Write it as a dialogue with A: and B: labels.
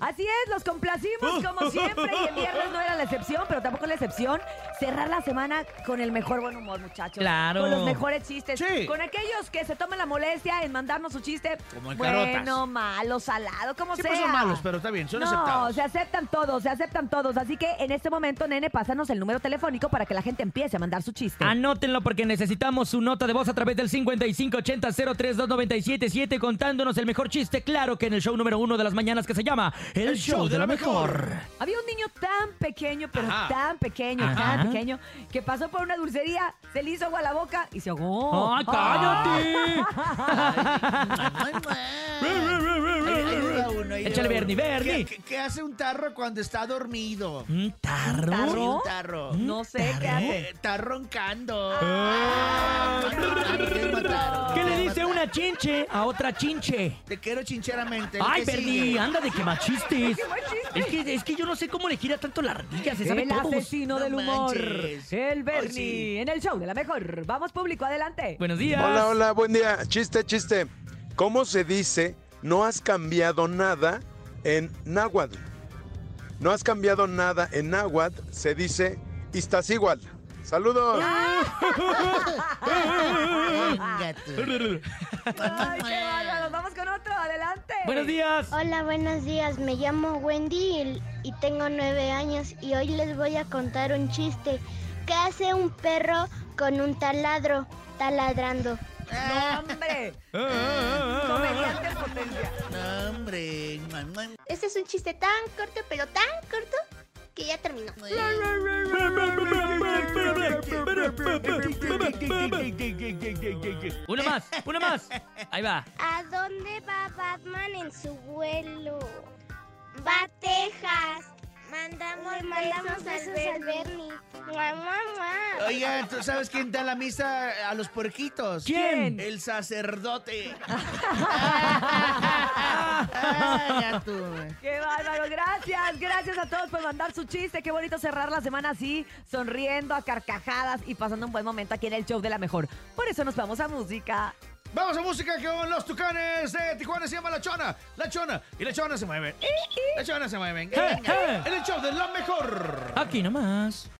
A: Así es, los complacimos como siempre y el viernes no era la excepción, pero tampoco la excepción. Cerrar la semana con el mejor buen humor, muchachos.
B: Claro.
A: Con los mejores chistes.
B: Sí.
A: Con aquellos que se tomen la molestia en mandarnos su chiste.
B: Como en
A: bueno,
B: carotas.
A: malo, salado, como
B: Siempre
A: sea.
B: son malos, pero está bien, son
A: no,
B: aceptados.
A: se aceptan todos, se aceptan todos. Así que en este momento, nene, pásanos el número telefónico para que la gente empiece a mandar su chiste.
C: Anótenlo porque necesitamos su nota de voz a través del 5580-032977 contándonos el mejor chiste, claro que en el show número uno de las mañanas que se llama El, Show de la Mejor.
A: Había un niño tan pequeño, pero
B: Ajá.
A: tan pequeño,
C: Ajá.
A: tan pequeño, que pasó por una dulcería, se le hizo agua a la boca y se ahogó.
C: ¡Ay, cállate!
B: Ayuda uno, ayuda
C: Échale,
B: uno.
C: Bernie, Bernie.
B: ¿Qué, qué- qué hace un tarro cuando está dormido?
C: ¿Un tarro?
A: ¿Tarro?
B: Sí, un tarro.
A: Ah. No sé qué hace.
B: Eh, Está roncando.
C: ¿Qué le dice una chinche a otra chinche?
B: Te quiero chincheramente.
C: ¡Ay,
B: ¿Qué sigue?
C: Bernie! ¡Anda de que machistes!
A: Qué buen chiste.
C: Es que, es que yo no sé cómo le gira tanto las ardillas, se sabe
A: El
C: todo.
A: asesino
B: No
A: del humor.
B: manches.
A: El Bernie.
B: Ay, sí.
A: En el show de la mejor. Vamos, público, adelante.
C: Buenos días.
D: Hola, hola, buen día. Chiste, chiste. ¿Cómo se dice no has cambiado nada en náhuatl? No has cambiado nada en náhuatl, se dice estás igual. Saludos.
B: Venga tú.
A: Ay, qué bárbaros. Vamos con otro, adelante.
C: Buenos días.
E: Hola, buenos días. Me llamo Wendy y- y tengo nueve años y hoy les voy a contar un chiste. ¿Qué hace un perro con un taladro taladrando?
A: No, hombre.
C: Ah,
A: Comediante en potencia.
B: No, hombre. No, no, no.
E: Este es un chiste tan corto, pero tan corto que ya terminó.
C: Uno más, uno más. Ahí va.
E: ¿A dónde va Batman en su vuelo? Va a Texas. Mandamos, mandamos besos, al Bernie. Mua, mua, mua.
B: Oiga, ¿tú sabes quién da la misa a los puerquitos?
C: ¿Quién?
B: El sacerdote. Ah, ya tú.
A: Qué bárbaro, gracias, gracias a todos por mandar su chiste. Qué bonito cerrar la semana así, sonriendo a carcajadas y pasando un buen momento aquí en el show de la mejor. Por eso nos vamos a música.
B: Vamos a música con los tucanes de Tijuana. Se llama La Chona. La Chona. Y La Chona se mueve. La Chona se mueve. Venga,
C: Eh, eh.
B: venga. En el show de la mejor.
C: Aquí nomás.